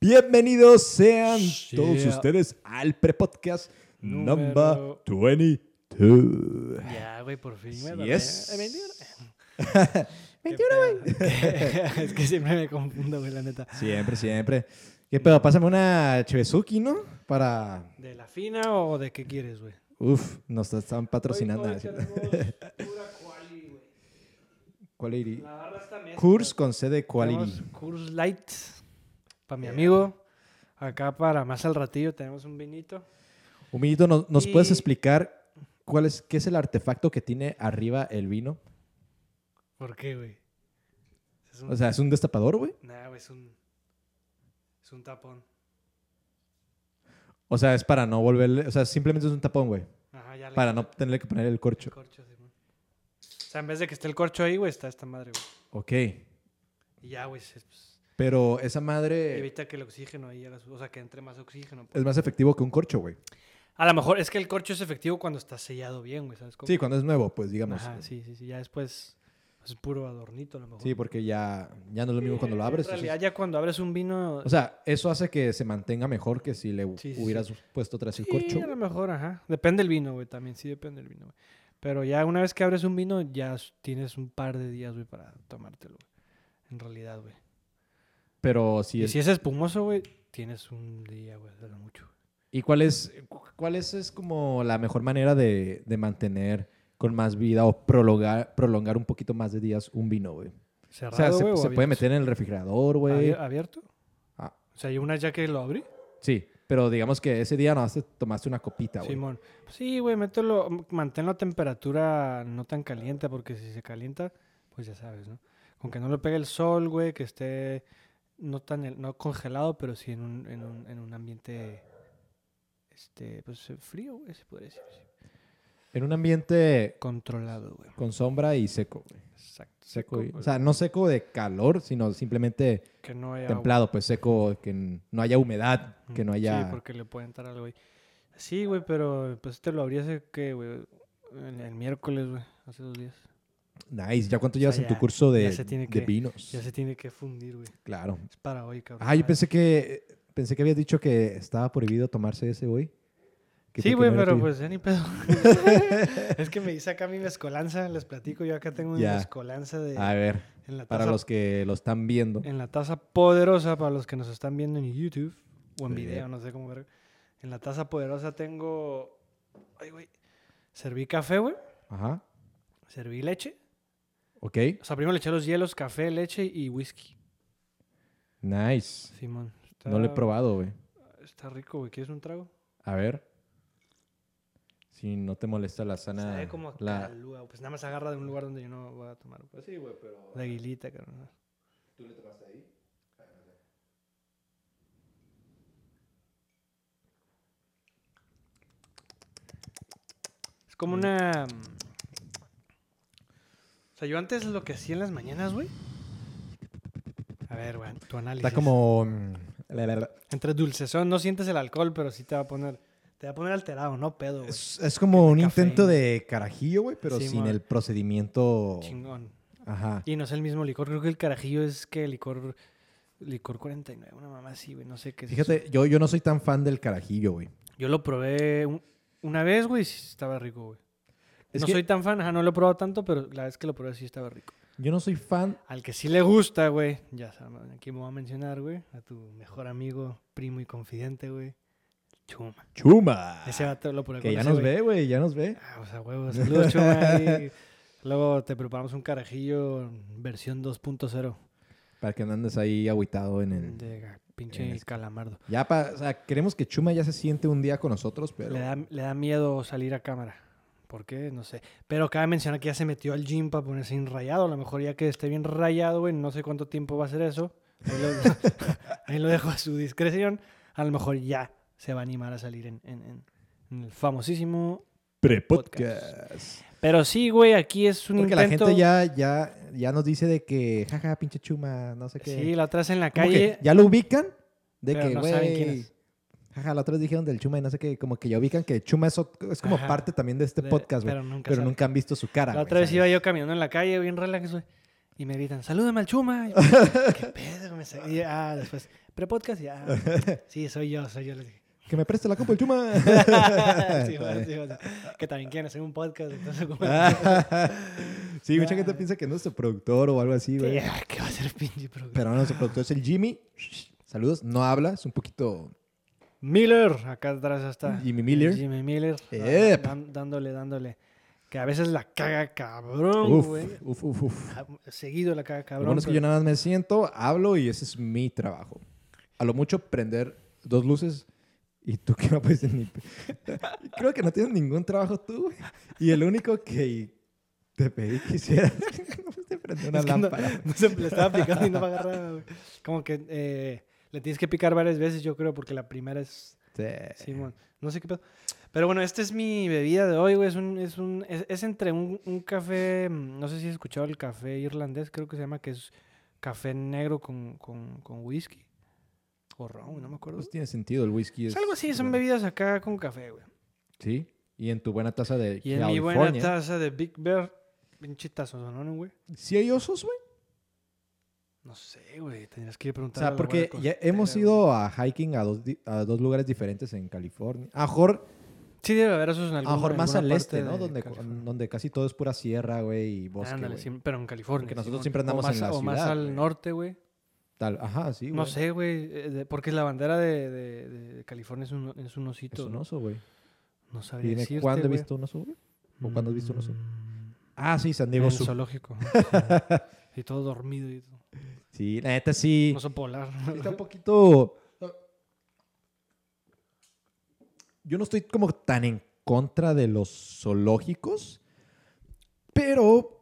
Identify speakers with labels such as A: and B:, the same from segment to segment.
A: Bienvenidos sean
B: Yeah.
A: todos ustedes al prepodcast
B: Número-
A: number 22.
B: Ya, güey, por fin. me
A: Así
B: dormí.
A: es.
B: Eh, 21. 21, güey. es que siempre me confundo, güey, la neta.
A: Siempre, siempre. ¿Qué pedo? Pásame una Chevesuki, ¿no? Para.
B: ¿De la fina o de qué quieres, güey?
A: Uf, nos están patrocinando.
B: Hoy- hoy
A: ¿no?
B: tenemos pura quali, güey.
A: Quality.
B: La barra está mezcla.
A: Kurs con C de
B: Tenemos
A: Quality.
B: Coors Light para mi amigo. Acá para más al ratillo tenemos un vinito.
A: Humillito, ¿no- ¿nos, puedes
B: Y-
A: explicar cuál es, qué es el artefacto que tiene arriba el vino?
B: ¿Por qué, güey? Es un...
A: O sea, ¿es un destapador, güey?
B: Nah, güey, es un... Es un tapón.
A: O sea, es para no volverle. O sea, simplemente es un tapón, güey.
B: Ajá, ya le
A: Para no tenerle que poner el corcho.
B: El corcho, Simón. O sea, en vez de que esté el corcho ahí, güey, está esta madre, güey.
A: Ok.
B: Y ya, güey, se- pues,
A: Pero esa madre
B: evita que el oxígeno ahí, haga su- o sea, que entre más oxígeno. pues.
A: es más efectivo que un corcho, güey.
B: A lo mejor es que el corcho es efectivo cuando está sellado bien, güey, ¿sabes cómo?
A: Sí, cuando es nuevo, pues digamos.
B: Ajá, sí, sí, sí, ya después pues, es puro adornito a lo mejor.
A: Sí, porque ya, ya no es lo mismo cuando lo abres.
B: En realidad,
A: entonces-
B: ya cuando abres un vino...
A: o sea, eso hace que se mantenga mejor que si le
B: Sí, sí,
A: hubieras puesto tras el
B: sí,
A: corcho.
B: a lo mejor, ajá. Depende el vino, güey, también, sí depende el vino, güey. Pero ya una vez que abres un vino, ya s- tienes un par de días, güey, para tomártelo, güey. En realidad, güey.
A: Pero si
B: Y,
A: es,
B: si es espumoso, güey, tienes un día, güey, de lo mucho.
A: ¿Y cuál es, cu- cuál es, es como la mejor manera de, de mantener con más vida o prolongar, prolongar un poquito más de días un vino, güey? O sea,
B: Cerrado,
A: se,
B: güey, o
A: se puede
B: abierto?
A: meter en el refrigerador, güey.
B: Abier- ¿Abierto?
A: Ah.
B: O sea, yo una ya que lo abrí.
A: Sí, pero digamos que ese día no tomaste una copita, güey.
B: Simón. Sí, güey, mételo, m- mantén la temperatura no tan caliente, porque si se calienta, pues ya sabes, ¿no? Con que no le pegue el sol, güey, que esté no tan el- no congelado, pero sí en un, en un, en un ambiente este, pues eh, frío, güey, se puede decir. sí.
A: En un ambiente
B: Controlado, güey.
A: con sombra y seco, güey.
B: Exacto.
A: Seco, y-
B: güey.
A: o sea, no seco de calor, sino simplemente
B: que no haya eh. agua.
A: templado, pues seco, que n- no haya humedad, que no haya...
B: Sí, porque le puede entrar algo ahí. Sí, güey, pero pues te lo abrí hace que, güey, el, el miércoles, güey, hace dos días.
A: Nice, ¿ya cuánto
B: O sea,
A: llevas en tu
B: ya-
A: curso de,
B: pues ya se tiene
A: de
B: que-
A: vinos?
B: Ya se tiene que fundir, güey.
A: Claro.
B: Es para hoy, cabrón.
A: Ah, yo pensé que, pensé que habías dicho que estaba prohibido tomarse ese, güey. Que
B: Sí,
A: fue
B: güey,
A: primero
B: pero
A: tuyo.
B: pues ya ni pedo. es que me hice acá mi mezcolanza, les platico. Yo acá tengo mi
A: Ya.
B: mezcolanza de,
A: A ver,
B: en, la
A: para
B: taza,
A: los que lo están viendo.
B: pues, en la taza poderosa, para los que nos están viendo en YouTube o en
A: Muy bien.
B: video, no sé cómo ver. En la taza poderosa tengo. Ay, güey. Serví café, güey.
A: Ajá,
B: Serví leche.
A: ok.
B: O sea, primero le eché los hielos, café, leche y whisky.
A: Nice.
B: Simón. está-
A: No lo he probado, güey.
B: Está rico, güey. ¿Quieres un trago?
A: A ver. Si no te molesta la sana...
B: Sabe como a
A: la-
B: calúa, Pues nada más agarra de un lugar donde yo no voy a tomar. Pues sí, güey, pero. De aguilita, cabrón.
A: ¿Tú le tomaste ahí? Ah,
B: Es como una. mm, O sea, yo antes lo que hacía en las mañanas, güey. A ver, güey, tu análisis.
A: Está como... mm, la- la- la-
B: Entre dulcezón, no sientes el alcohol, pero sí te va a poner. Te va a poner alterado, no pedo, güey.
A: Es, es como un
B: cafeína.
A: intento de carajillo, güey, pero
B: Sí,
A: sin
B: mon.
A: el procedimiento...
B: Chingón.
A: Ajá.
B: Y no es el mismo licor. Creo que el carajillo es que licor. Licor 49, una mamá así, güey. No sé qué es. eso.
A: Fíjate, yo, yo no soy tan fan del carajillo, güey.
B: Yo lo probé un- una vez, güey, y sí estaba rico, güey.
A: Es
B: no
A: que
B: soy tan fan, ajá, no lo he probado tanto, pero la vez que lo probé sí estaba rico.
A: yo no soy fan...
B: Al que sí le gusta, güey, ya saben, aquí me voy a mencionar, güey, a tu mejor amigo, primo y confidente, güey, Chuma.
A: Chuma.
B: Ese vato lo probé
A: Ah, Que
B: con
A: ya
B: ese
A: nos
B: güey.
A: ve, güey, ya nos ve.
B: Ah, o sea, huevo, saludos, Chuma. ahí. Luego te preparamos un carajillo versión 2.0
A: Para que no andes ahí agüitado en el...
B: de ga- pinche
A: en este.
B: calamardo.
A: Ya, pa- o sea, queremos que Chuma ya se siente un día con nosotros, pero...
B: Le, da, le da miedo salir a cámara. ¿Por qué? No sé. Pero cabe mencionar que ya se metió al gym para ponerse bien rayado. A lo mejor ya que esté bien rayado, güey, no sé cuánto tiempo va a ser eso. Ahí lo, ahí lo dejo a su discreción. A lo mejor ya se va a animar a salir en, en- en- en el famosísimo.
A: Prepodcast.
B: Pero sí, güey, aquí es un
A: Porque la
B: intento.
A: gente ya, ya, ya nos dice de que, jaja, pinche Chuma, no sé qué.
B: Sí, la atrás en la
A: Como que
B: calle.
A: ya lo ubican de
B: Pero
A: que,
B: no
A: güey.
B: saben quién es.
A: Jaja, la otra vez dijeron del Chuma y no sé qué, como que ya ubican que Chuma es, ot- es como
B: Ajá.
A: parte también de este
B: de-
A: podcast, güey.
B: Pero nunca.
A: Pero
B: sale.
A: nunca han visto su cara.
B: la
A: güey,
B: otra vez
A: ¿sabes?
B: iba yo caminando en la calle, bien relax, güey. y me gritan, salúdame al Chuma. Y, ¿Qué pedo? Me sa- y, ah, después, prepodcast, ya. Sí, soy yo, soy yo. les dije.
A: Que me preste la copa el Chuma.
B: Sí, bueno, sí, bueno. Que también quieren hacer un podcast, entonces como...
A: Ah, sí, mucha gente piensa que es nuestro productor o algo así, güey.
B: Ah, ¿Qué va a ser pinche programa?
A: Pero no, nuestro productor es el Jimmy. Saludos. No habla, es un poquito...
B: Miller, acá atrás está.
A: Jimmy Miller.
B: Jimmy Miller.
A: Ep.
B: Dan- dándole, dándole. Que a veces la caga cabrón,
A: Uf,
B: güey.
A: uf, uf, uf.
B: Ah, Seguido la caga
A: Lo
B: cabrón.
A: bueno es que yo
B: pero-
A: nada más me siento, hablo y ese es mi trabajo. A lo mucho prender dos luces y tú que no puedes ni... Creo que no tienes ningún trabajo tú, güey. Y el único que te pedí que hicieras no puedes prender una
B: Es que no-
A: lámpara.
B: no se le estaba picando y no me agarraba, güey. Como que eh, le tienes que picar varias veces, yo creo, porque la primera es
A: Sí.
B: Simón. No sé qué pedo. Pero bueno, esta es mi bebida de hoy, güey. Es, un, es, un, es, es entre un, un café, mm, no sé si has escuchado el café irlandés, creo que se llama, que es café negro con, con, con whisky. O ron, güey, no me acuerdo.
A: Pues tiene sentido, el whisky es...
B: Es algo así, son
A: bueno.
B: bebidas acá con café, güey.
A: Sí, y en tu buena taza de
B: Y en mi buena
A: California.
B: taza de Big Bear, pinche tazo, ¿no, güey?
A: ¿Sí hay osos, güey?
B: No sé, güey, tendrías que
A: O
B: preguntar.
A: sea, porque ya hemos ido a hiking a dos, di- a dos lugares diferentes en California. A Jorge
B: Sí, debe haber esos en
A: A
B: algún
A: lo mejor más
B: alguna
A: al
B: parte
A: este, ¿no?
B: de
A: Donde,
B: California.
A: donde casi todo es pura sierra, güey, y bosque,
B: Ándale,
A: güey.
B: sí, pero en California.
A: Porque nosotros
B: Simón.
A: siempre
B: O
A: andamos en
B: más,
A: la
B: O más
A: ciudad,
B: al
A: güey.
B: norte, güey.
A: Tal. Ajá, sí, güey.
B: no sé, güey, eh, de- porque la bandera de, de- de California es un, es un
A: Es
B: osito.
A: un
B: ¿no?
A: oso, güey.
B: No sabría
A: Dime,
B: decirte,
A: ¿cuándo he
B: güey.
A: visto un oso, güey? ¿O cuándo has visto un oso?
B: Mm,
A: Ah, sí, San
B: en
A: Diego
B: el
A: Zoo.
B: zoológico. y todo dormido y todo.
A: Sí, la neta sí.
B: Un oso polar.
A: Sí Está un poquito... Yo no estoy como tan en contra de los zoológicos, pero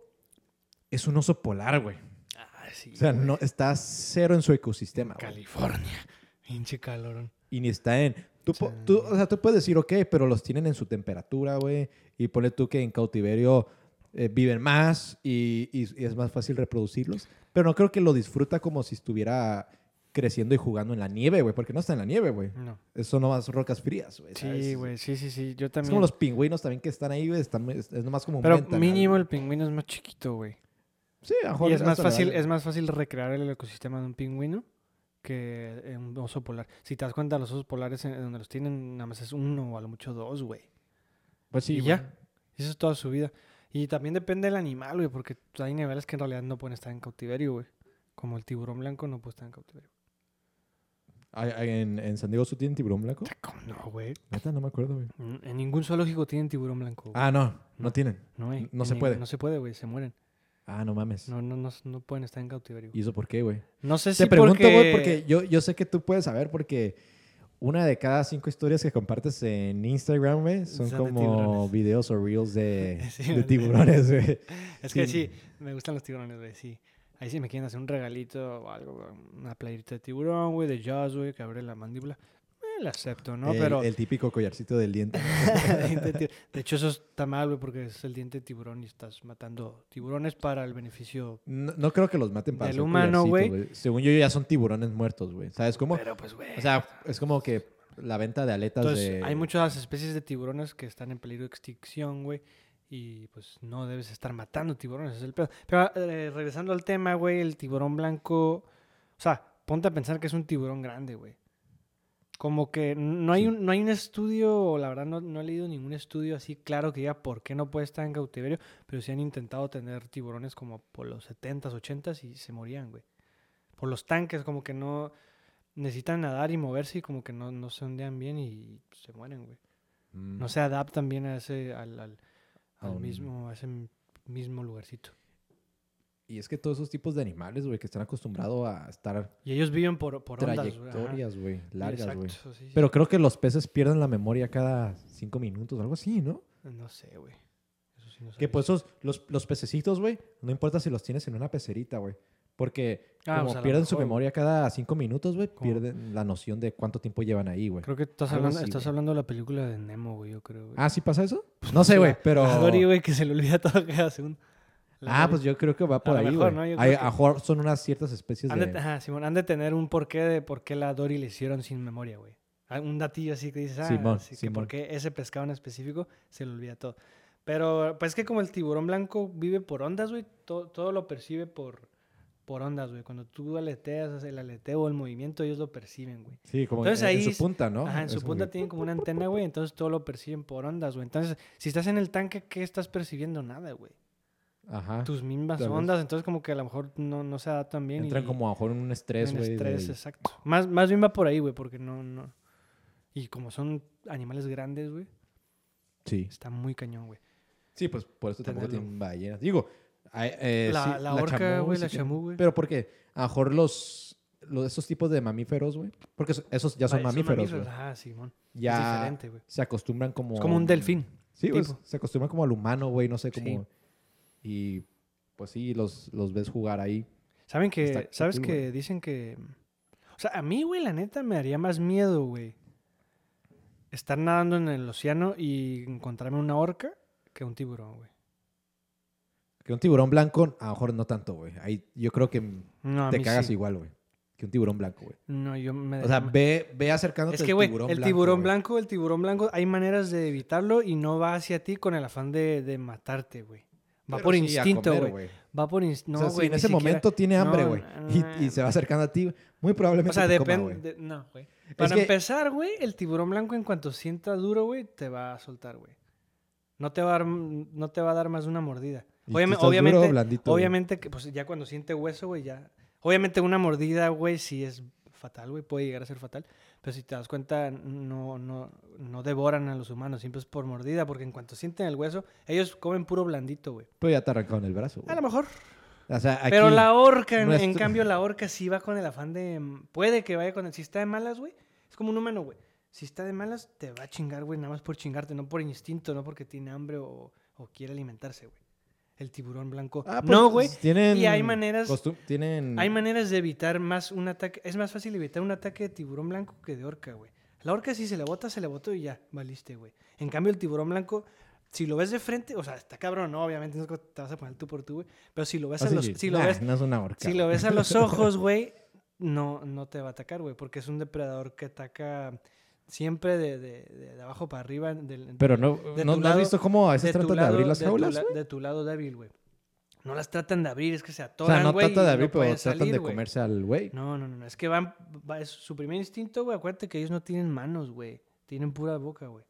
A: es un oso polar, güey.
B: ah, sí,
A: O sea,
B: güey.
A: no, está cero en su ecosistema, güey.
B: California. Pinche calorón.
A: Y ni está en... Tú, po-
B: Sí.
A: tú- o sea, tú puedes decir, ok, pero los tienen en su temperatura, güey. Y ponle tú que en cautiverio eh, viven más y, y- y es más fácil reproducirlos. Pero no creo que lo disfruta como si estuviera creciendo y jugando en la nieve, güey. Porque no está en la nieve, güey.
B: No.
A: Son nomás rocas frías, güey.
B: Sí,
A: ¿sabes?
B: güey, sí, sí, sí. Yo
A: Ah, Es
B: también.
A: como los pingüinos también que están ahí, güey. están- es, es nomás como un
B: Pero
A: ventanal,
B: mínimo
A: güey.
B: el pingüino es más chiquito, güey.
A: Sí, a lo mejor
B: Y es más
A: hasta le
B: fácil,
A: vale.
B: es más fácil recrear el ecosistema de un pingüino que en un oso polar. Si te das cuenta, los osos polares en, en donde los tienen, nada más es uno o a lo mucho dos, güey.
A: Pues sí,
B: y
A: güey.
B: ya. Eso es toda su vida. Y también depende del animal, güey, porque hay niveles que en realidad no pueden estar en cautiverio, güey. Como el tiburón blanco no puede estar en cautiverio.
A: Ay, ay, en, en San Diego Sur tienen tiburón blanco?
B: ¿Cómo no, güey?
A: Neta, no me acuerdo, güey.
B: N- Mm, En ningún zoológico tienen tiburón blanco. güey.
A: Ah, no, no
B: No.
A: tienen.
B: no, hay.
A: no
B: En
A: se
B: ningún-
A: puede.
B: No se puede, güey. Se mueren.
A: Ah, no mames.
B: No, no, no, no pueden estar en cautiverio.
A: ¿Y eso por qué, güey?
B: No sé si
A: Te pregunto, güey,
B: porque-
A: porque yo, yo sé que tú puedes saber porque una de cada cinco historias que compartes en Instagram, güey, son
B: Son de
A: como
B: tiburones.
A: videos o reels de,
B: Sí,
A: de
B: güey.
A: tiburones, güey.
B: Es que
A: Sí.
B: sí, me gustan los tiburones, güey, sí. Ahí sí me quieren hacer un regalito o algo, güey, una playerita de tiburón, güey, de jazz, güey, que abre la mandíbula. Eh, la acepto, ¿no?
A: el,
B: Pero...
A: el típico collarcito del diente.
B: de hecho, eso está mal, güey, porque es el diente de tiburón y estás matando tiburones para el beneficio.
A: No, no creo que los maten para
B: Del
A: hacer
B: humano,
A: collarcitos,
B: güey.
A: Según yo, ya son tiburones muertos, güey. ¿Sabes cómo?
B: Pero pues, güey.
A: O sea, es como que la venta de aletas
B: Entonces,
A: de...
B: hay muchas especies de tiburones que están en peligro de extinción, güey. Y pues no debes estar matando tiburones, ese es el pedo. Pero eh, regresando al tema, güey, el tiburón blanco. O sea, ponte a pensar que es un tiburón grande, güey. Como que no hay,
A: Sí.
B: un, no hay un estudio, o la verdad no, no he leído ningún estudio así claro que diga por qué no puede estar en cautiverio, pero sí han intentado tener tiburones como por los 70s, 80s y se morían, güey. Por los tanques, como que no necesitan nadar y moverse y como que no, no se ondean bien y se mueren, güey.
A: Mm.
B: No se adaptan bien a ese, al, al,
A: A
B: al
A: un-
B: mismo, a ese m- mismo lugarcito.
A: Y es que todos esos tipos de animales, güey, que están acostumbrados a estar
B: Y ellos viven por, por ondas, güey. ajá.
A: trayectorias, güey, largas, güey.
B: Exacto, sí, sí.
A: Pero creo que los peces pierden la memoria cada cinco minutos, algo así, ¿no?
B: No sé, güey. Eso sí no
A: Que
B: sabía.
A: pues esos, los, los pececitos, güey, no importa si los tienes en una pecerita, güey. Porque
B: Ah,
A: como
B: pues, a lo
A: pierden su
B: mejor,
A: memoria cada cinco minutos, güey,
B: Como-
A: pierden la noción de cuánto tiempo llevan ahí, güey.
B: Creo que estás,
A: algo
B: hablando,
A: así,
B: estás
A: güey.
B: hablando de la película de Nemo, güey, yo creo. güey.
A: Ah, ¿sí pasa eso? No sé, güey,
B: La-
A: pero...
B: la Dory, güey, que se le olvida todo cada segundo. La
A: Ah,
B: Dory.
A: pues yo creo que va por
B: lo
A: ahí, güey.
B: mejor, ¿no? Yo
A: Hay-
B: creo que- Ah,
A: a Jorge son unas ciertas especies
B: Han de,
A: de...
B: ajá, Simón, han de tener un porqué de por qué la Dory le hicieron sin memoria, güey. Ah, Un datillo así que dices, ah,
A: Simón,
B: sí, que
A: Simón.
B: por qué ese pescado en específico se le olvida todo. Pero pues es que como el tiburón blanco vive por ondas, güey, to- todo lo percibe por, por ondas, güey. Cuando tú aleteas, o sea, el aleteo, el movimiento, ellos lo perciben, güey.
A: Sí, como
B: Entonces
A: en, en
B: ahí es-
A: su punta, ¿no?
B: Ajá, en
A: Es
B: su
A: como
B: punta
A: que-
B: tienen como una antena, güey, entonces todo lo perciben por ondas, güey. Entonces, si estás en el tanque, ¿qué estás percibiendo? Nada, güey.
A: Ajá.
B: Tus mismas
A: Ah, tal vez.
B: ondas, entonces como que a lo mejor no, no se adaptan bien.
A: Entran
B: y-
A: como a lo mejor en un estrés,
B: en
A: güey.
B: estrés,
A: de-
B: exacto. Más, más bien va por ahí, güey, porque no, no... Y como son animales grandes, güey,
A: Sí.
B: está muy cañón, güey.
A: Sí, pues por eso
B: Como
A: tampoco
B: lo-
A: tienen ballenas. Digo, hay- eh, sí,
B: la, la orca,
A: chamú,
B: güey,
A: sí
B: la
A: que-
B: chamú, güey.
A: Pero porque a lo mejor los, los- esos tipos de mamíferos, güey. Porque so- esos ya son
B: Ah,
A: mamíferos, güey.
B: Ah, Simón.
A: Ya
B: Es diferente, güey.
A: se acostumbran como...
B: Es como un delfín.
A: Sí, pues,
B: tipo.
A: se acostumbran como al humano, güey. No sé
B: Sí.
A: cómo... Y pues sí, los, los ves jugar ahí.
B: ¿Saben que,
A: Está- está
B: sabes
A: cool,
B: que
A: güey.
B: dicen que... O sea, a mí, güey, la neta me haría más miedo, güey. Estar nadando en el océano y encontrarme una orca que un tiburón, güey.
A: Que un tiburón blanco, a lo mejor no tanto, güey. Ahí yo creo que
B: No, a
A: te
B: mí
A: cagas
B: sí.
A: igual, güey. Que un tiburón blanco, güey.
B: No, yo me...
A: O sea,
B: me-
A: ve, ve acercándote
B: es que,
A: al
B: güey,
A: tiburón
B: el
A: blanco,
B: tiburón
A: güey.
B: blanco, el tiburón blanco, hay maneras de evitarlo y no va hacia ti con el afán de, de matarte, güey. Va
A: Pero
B: por
A: sí, a
B: instinto,
A: comer,
B: güey. Va por
A: No,
B: instinto.
A: o sea,
B: No,
A: si
B: güey,
A: en
B: ni
A: ese
B: siquiera-
A: momento tiene hambre,
B: No,
A: güey.
B: no,
A: y- y, se va acercando a ti, muy
B: O
A: probablemente
B: sea,
A: te coma, güey.
B: depende. No, güey. Para
A: que-
B: empezar, güey, el tiburón blanco, en cuanto sienta duro, güey, te va a soltar, güey. No te va a dar, no te va a dar más de una mordida.
A: Y tú
B: Obviame-
A: estás duro o
B: obviamente,
A: blandito, güey.
B: obviamente que, pues ya cuando siente hueso, güey, ya. Obviamente una mordida, güey, sí es fatal, güey, puede llegar a ser fatal. Pero si te das cuenta, no, no, no devoran a los humanos, siempre es por mordida, porque en cuanto sienten el hueso, ellos comen puro blandito, güey.
A: Pero pues ya te arrancaron el brazo, güey.
B: A lo mejor
A: O sea, aquí,
B: pero la orca, en, en
A: nuestro-
B: cambio, la orca sí va con el afán de. mm, Puede que vaya con el. Si está de malas, güey. Es como un humano, güey. Si está de malas, te va a chingar, güey, nada más por chingarte, no por instinto, no porque tiene hambre o, o quiere alimentarse, güey. El tiburón blanco.
A: Ah, pues, mm.
B: no, güey.
A: Tienen
B: y hay maneras-
A: costum- tienen...
B: Hay maneras de evitar más un ataque. Es más fácil evitar un ataque de tiburón blanco que de orca, güey. La orca, si se le bota, se le botó y ya, valiste, güey. En cambio, el tiburón blanco, si lo ves de frente, o sea, está cabrón, no, obviamente no es como te vas a poner tú por tú, güey. Pero si lo ves
A: Así
B: a los.
A: que,
B: Si lo
A: nah,
B: ves,
A: No es una orca.
B: si lo ves a los ojos, güey, no, no te va a atacar, güey, porque es un depredador que ataca siempre de, de- de- de abajo para arriba. del-
A: Pero no,
B: de
A: no,
B: tu
A: ¿no has
B: lado-
A: visto cómo a veces
B: de tu
A: tratan de abrir
B: lado-
A: las
B: de tu
A: jaulas?
B: la-
A: güey?
B: de tu lado débil, güey. No las tratan de abrir, es que se
A: O
B: atoran,
A: sea, no
B: güey,
A: tratan de
B: y
A: abrir, pero
B: pueden
A: tratan
B: salir,
A: de
B: güey.
A: comerse al güey.
B: No, no, no, no, es que van, va- es su primer instinto, güey, acuérdate que ellos no tienen manos, güey, tienen pura boca, güey.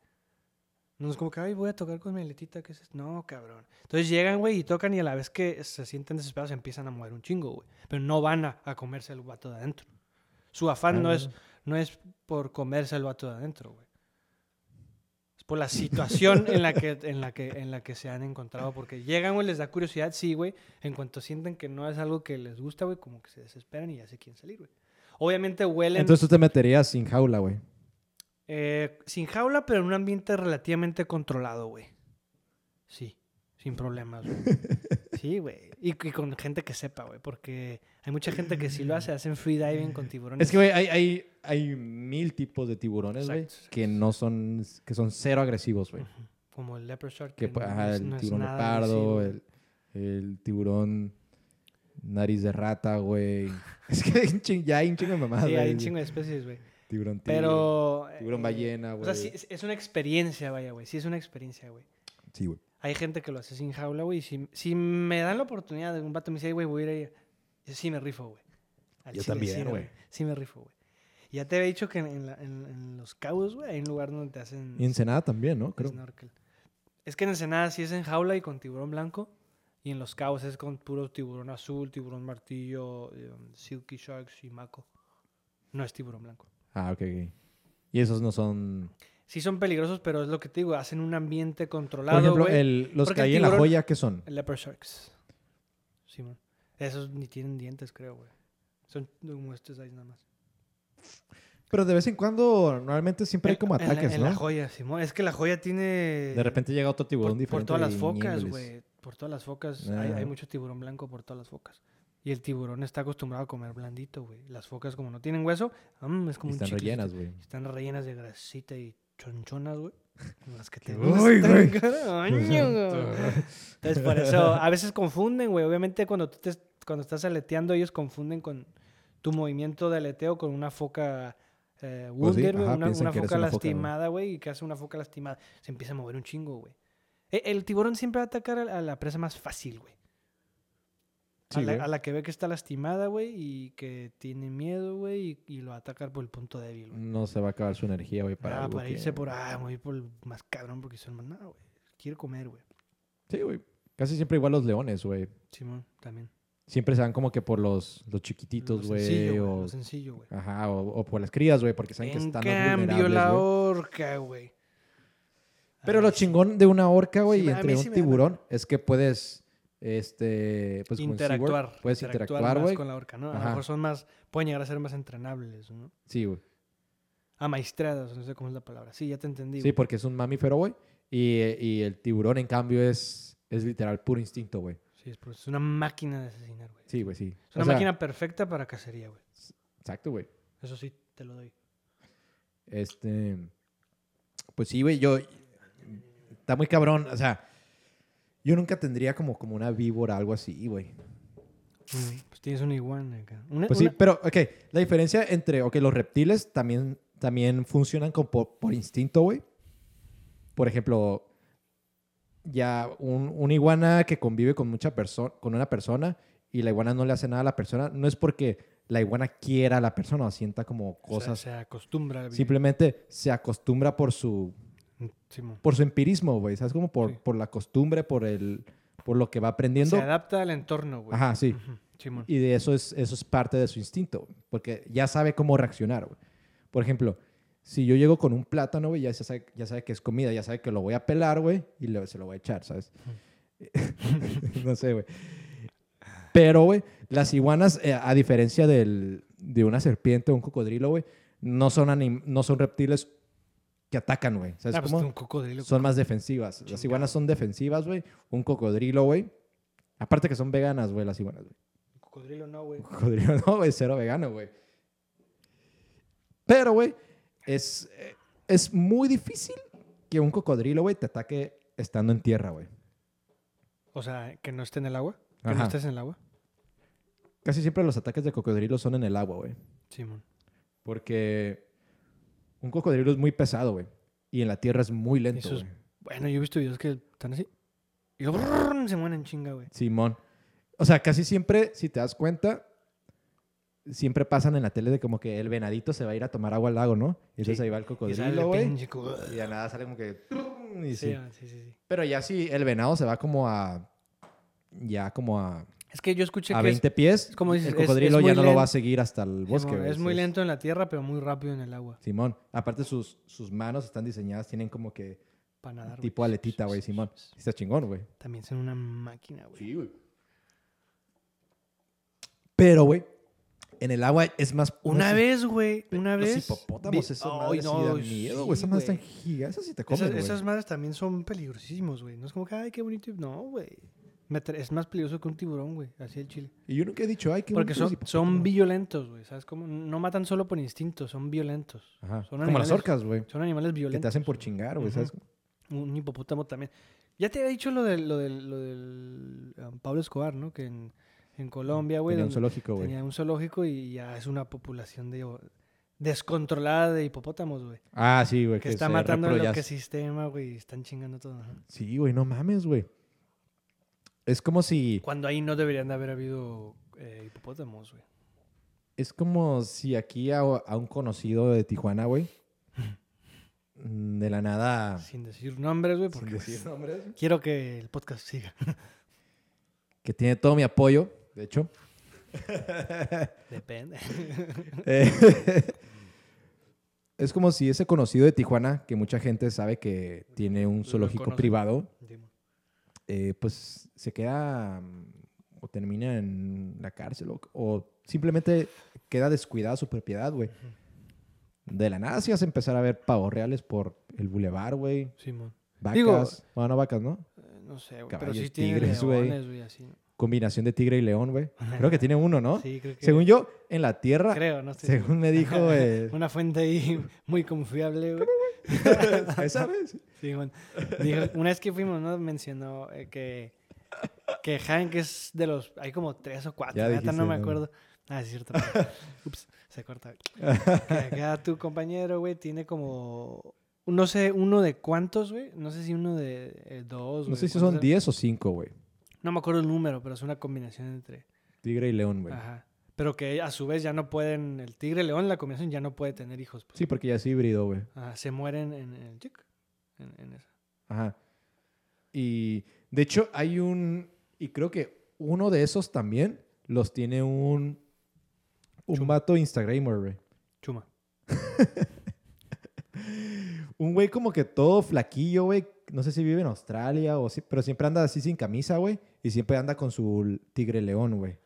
B: No es como que, ay, voy a tocar con mi aletita, ¿qué es esto?". No, cabrón. Entonces llegan, güey, y tocan y a la vez que se sienten desesperados empiezan a mover un chingo, güey. Pero no van a, a comerse el vato de adentro. Su afán no,
A: Ah.
B: es, no es por comerse el vato de adentro, güey. Es por la situación en la que, en la que, en la que se han encontrado. Porque llegan, güey, les da curiosidad, sí, güey. En cuanto sienten que no es algo que les gusta, güey, como que se desesperan y ya se quieren salir, güey. Obviamente huelen
A: Entonces tú te meterías sin jaula, güey.
B: eh, sin jaula, pero en un ambiente relativamente controlado, güey. Sí, sin problemas, güey. Sí, güey. Y, y con gente que sepa, güey. Porque hay mucha gente que sí lo hace, hacen freediving con tiburones.
A: Es que, güey, hay, hay, hay mil tipos de tiburones, güey,
B: Exacto, exacto.
A: que no son, que son cero agresivos, güey.
B: Ujú. Como el leopard shark.
A: Que,
B: no
A: pues, ajá,
B: es-
A: el
B: no es
A: tiburón
B: nada
A: leopardo,
B: agresivo.
A: el, el tiburón nariz de rata, güey. es que hay un ching, ya hay un chingo de mamadas,
B: Sí, hay un
A: güey.
B: chingo de especies, güey.
A: Tiburón tigre,
B: Pero...
A: tiburón
B: eh,
A: ballena, güey.
B: O sea, sí, es, es una experiencia, vaya, güey. Sí, es una experiencia, güey.
A: Sí, güey.
B: Hay gente que lo hace sin jaula, güey. y Si, si me dan la oportunidad de un vato me dice, "Ay, güey, voy a ir ahí. Yo sí me rifo, güey. Al
A: Yo
B: chile,
A: también,
B: sí me-
A: güey.
B: Sí me rifo, güey. Ya te había dicho que en, en la- en- en Los Cabos, güey, hay un lugar donde te hacen
A: Y Ensenada también, ¿no? Creo.
B: snorkel. Es que en Ensenada sí es en jaula y con tiburón blanco. Y en Los Cabos es con puro tiburón azul, tiburón martillo, eh, silky sharks y maco. No es tiburón blanco.
A: Ah, ok, ok. Y esos no son...
B: Sí son peligrosos, pero es lo que te digo, hacen un ambiente
A: Por
B: controlado,
A: ejemplo,
B: güey.
A: el, los que
B: Porque el
A: hay en la
B: tiburón-
A: joya, ¿qué son?
B: Leopard sharks. Simón. Esos ni tienen dientes, creo, güey. Son como estos ahí nada más.
A: Pero de vez en cuando, normalmente siempre hay
B: En-
A: como
B: en la-
A: ataques,
B: en
A: ¿no?
B: la joya, Simón. Es que la joya tiene...
A: de repente llega otro
B: Por,
A: tiburón
B: por
A: diferente.
B: todas las
A: y
B: focas,
A: ñéndoles.
B: güey. Por todas las focas. Hay,
A: Ah.
B: hay mucho tiburón blanco por todas las focas. Y el tiburón está acostumbrado a comer blandito, güey. Las focas, como no tienen hueso, mm, es
A: Y
B: como un
A: están
B: chiclecito.
A: rellenas, güey.
B: Están rellenas de grasita y chonchonas, güey. Como Las que te
A: ¡Uy,
B: gustan,
A: güey!
B: carajo, güey. Entonces, por eso, a veces confunden, güey. Obviamente, cuando tú te- cuando estás aleteando, ellos confunden con tu movimiento de aleteo con una foca eh, wounded, güey,
A: Pues ajá,
B: una,
A: piensan
B: una
A: que eres
B: foca
A: una foca, güey.
B: lastimada, güey, y que hace una foca lastimada. Se empieza a mover un chingo, güey. E- El, tiburón siempre va a atacar a la- a la presa más fácil, güey. a,
A: Sí,
B: la,
A: güey.
B: a la que ve que está lastimada, güey, y que tiene miedo, güey, y, y lo va a atacar por el punto débil, güey.
A: No se va a acabar su energía, güey, para
B: Para,
A: algo
B: Ah, para
A: que-
B: irse por, ah, me voy por el más cabrón porque son más, no, güey. Quiero comer, güey.
A: Sí, güey. Casi siempre igual los leones, güey.
B: Simón, también.
A: Siempre se van como que por los, los
B: Lo
A: chiquititos,
B: sencillo,
A: güey.
B: güey,
A: O,
B: lo sencillo, güey.
A: ajá, o, o por las crías, güey, porque saben que
B: En
A: están los
B: cambio,
A: vulnerables,
B: la
A: güey.
B: horca, güey. A
A: Pero
B: mí
A: lo chingón de una orca, güey,
B: Sí,
A: y
B: a mí
A: entre un
B: sí me da
A: tiburón es que puedes, este, pues como en SeaWorld,
B: interactuar,
A: puedes interactuar,
B: más
A: güey.
B: con la horca, ¿no? A lo
A: Ajá.
B: mejor son más, pueden llegar a ser más entrenables, ¿no?
A: Sí, güey.
B: Amaestradas, no sé cómo es la palabra. Sí, ya te entendí.
A: Sí, pues.
B: güey.
A: porque es un mamífero, güey. Y, y el tiburón, en cambio, es, es literal puro instinto, güey.
B: Sí, es, por- es una máquina de asesinar, güey.
A: Sí, güey, sí.
B: Es una
A: O sea,
B: máquina perfecta para cacería, güey.
A: Exacto, güey.
B: Eso sí, te lo doy.
A: Este. Pues sí, güey, yo. Está muy cabrón. O sea, yo nunca tendría como, como una víbora, algo así, güey.
B: Mm, Pues tienes una iguana acá. Una-
A: Pues sí,
B: una-
A: pero, ok. La diferencia entre, ok, los reptiles también, también funcionan con, por, por instinto, güey. Por ejemplo, ya un, una iguana que convive con, mucha persona con una persona y la iguana no le hace nada a la persona, no es porque la iguana quiera a la persona o sienta como
B: o sea,
A: cosas.
B: se acostumbra al vivir.
A: Simplemente se acostumbra por su,
B: Mm, Simón.
A: por su empirismo, güey. ¿Sabes? Como por,
B: Sí.
A: por la costumbre, por, el, por lo que va aprendiendo.
B: Se adapta al entorno, güey.
A: Ajá, sí.
B: Ujú, Simón.
A: Y de eso es, eso es parte de su instinto, güey, porque ya sabe cómo reaccionar. güey. Por ejemplo, si yo llego con un plátano, güey, ya se sabe, ya sabe que es comida, ya sabe que lo voy a pelar, güey, y le- se lo voy a echar, ¿sabes? no sé, güey. Pero, güey, las iguanas, eh, a diferencia del, de una serpiente o un cocodrilo, güey, no son, anim- no son reptiles que atacan, güey. ¿Sabes
B: Ah, pues,
A: cómo?
B: un cocodrilo.
A: son más defensivas. Las
B: Chingado.
A: iguanas son defensivas, güey. Un cocodrilo, güey. Aparte que son veganas, güey, las iguanas, güey.
B: Cocodrilo no, güey.
A: Un cocodrilo no, güey, cero vegano, güey. Pero, güey, es, eh, es muy difícil que un cocodrilo, güey, te ataque estando en tierra, güey.
B: O sea, que no esté en el agua. Que no
A: Ajá.
B: estés en el agua.
A: Casi siempre los ataques de cocodrilo son en el agua, güey.
B: Simón.
A: Porque un cocodrilo es muy pesado, güey. Y en la tierra es muy lento,
B: sus-
A: güey.
B: Bueno, yo he visto videos que están así. Y luego brrrr, se mueren en chinga, güey.
A: Simón. O sea, casi siempre, si te das cuenta, siempre pasan en la tele de como que el venadito se va a ir a tomar agua al lago, ¿no? Y entonces
B: Sí.
A: ahí va el
B: Y sale el
A: cocodrilo, güey.
B: pinche co-
A: Y de nada sale como que... trum, y
B: Sí,
A: sí.
B: ah, sí, sí, sí.
A: Pero ya sí, el venado se va como a... Ya como a,
B: Es que yo escuché
A: a
B: que es-
A: 20 pies.
B: como dices,
A: el
B: es-
A: cocodrilo
B: es
A: ya
B: muy
A: no lo va a
B: lento.
A: seguir hasta el bosque.
B: Simón,
A: güey.
B: es muy
A: Entonces,
B: lento en la tierra, pero muy rápido en el agua.
A: Simón. Aparte sus, sus manos están diseñadas, tienen como que
B: Para nadar. güey.
A: tipo aletita, güey, Simón. Está chingón, güey.
B: También son una máquina, güey.
A: Pero, güey, en el agua es más...
B: Una
A: no es-
B: vez, güey, una
A: Los
B: vez.
A: hipopótamos,
B: vi-
A: esas
B: Ay,
A: madres sí dan
B: sí,
A: miedo, güey. esas madres están gigantes, esas sí te comen,
B: Esas,
A: güey.
B: esas madres también son peligrosísimos, güey. No es como que, ay, qué bonito. No, güey. Me atre- Es más peligroso que un tiburón, güey. Así el chile.
A: Y yo nunca he dicho, ay, qué
B: Porque
A: bonito los
B: son,
A: hipopótamos.
B: son violentos, güey. ¿Sabes cómo? No matan solo por instinto, son violentos.
A: Ajá,
B: son
A: Como las
B: animales
A: orcas, güey.
B: Son animales
A: Que
B: violentos.
A: te hacen por chingar, güey,
B: Ujú.
A: ¿sabes?
B: Un hipopótamo también. Ya te había dicho lo del, lo del, lo del um, Pablo Escobar, ¿no? Que en, en Colombia, güey.
A: Tenía un
B: donde
A: zoológico, güey.
B: tenía un zoológico y ya es una población de o- descontrolada de hipopótamos, güey.
A: Ah, sí, güey.
B: Que, está matando
A: el
B: el que sistema, güey. y Están chingando todo. ajá.
A: Sí, güey, no mames, güey. Es como si...
B: Cuando ahí no deberían de haber habido eh, hipopótamos, güey.
A: Es como si aquí a, a un conocido de Tijuana, güey, mm, de la nada...
B: Sin decir nombres, güey,
A: sin
B: porque
A: decir
B: pues,
A: nombres,
B: quiero que el podcast siga.
A: Que tiene todo mi apoyo, de hecho.
B: Depende.
A: Eh, es como si ese conocido de Tijuana, que mucha gente sabe que tiene un zoológico
B: conoce.
A: privado,
B: Simón.
A: eh, pues se queda mm, o termina en la cárcel o, o simplemente queda descuidada su propiedad, güey. De la nada sí vas a empezar a ver pavos reales por el bulevar, güey.
B: Simón.
A: Vacas.
B: Digo-
A: bueno, no vacas, ¿no?
B: Eh, No sé, güey. Pero
A: Caballos,
B: sí tiene
A: tigres, güey.
B: leones, güey, así. ¿no?
A: Combinación de tigre y león, güey. Creo que tiene uno, ¿no?
B: Sí, creo que.
A: Según yo, en la tierra,
B: Creo, no estoy seguro.
A: según me dijo... eh,
B: Una fuente ahí muy confiable, güey.
A: ¿Esa vez?
B: Sí, bueno. Dijo, una vez que fuimos, ¿no? Mencionó eh, que, que Hank es de los. Hay como tres o cuatro,
A: Ya
B: la neta, no
A: dijiste,
B: me
A: ¿no?
B: acuerdo. Ah, es cierto. perdón. Ups, se corta. Que acá tu compañero, güey, tiene como. No sé, uno de cuántos, güey. No sé si uno de eh, dos.
A: No
B: güey,
A: sé si
B: cuántos
A: son
B: eran.
A: 10 o 5, güey.
B: No me acuerdo el número, pero es una combinación entre.
A: Tigre y león, güey.
B: Ajá. Pero que a su vez ya no pueden, el tigre león, la combinación ya no puede tener hijos. pues.
A: Sí, porque ya es híbrido, güey.
B: Ajá, se mueren en, en el chic. En, en esa.
A: Ajá. Y de hecho hay un, y creo que uno de esos también los tiene un, un
B: Chuma.
A: vato Instagramer, güey.
B: Chuma.
A: Un güey como que todo flaquillo, güey. No sé si vive en Australia o sí, pero siempre anda así sin camisa, güey. Y siempre anda con su tigre león, güey.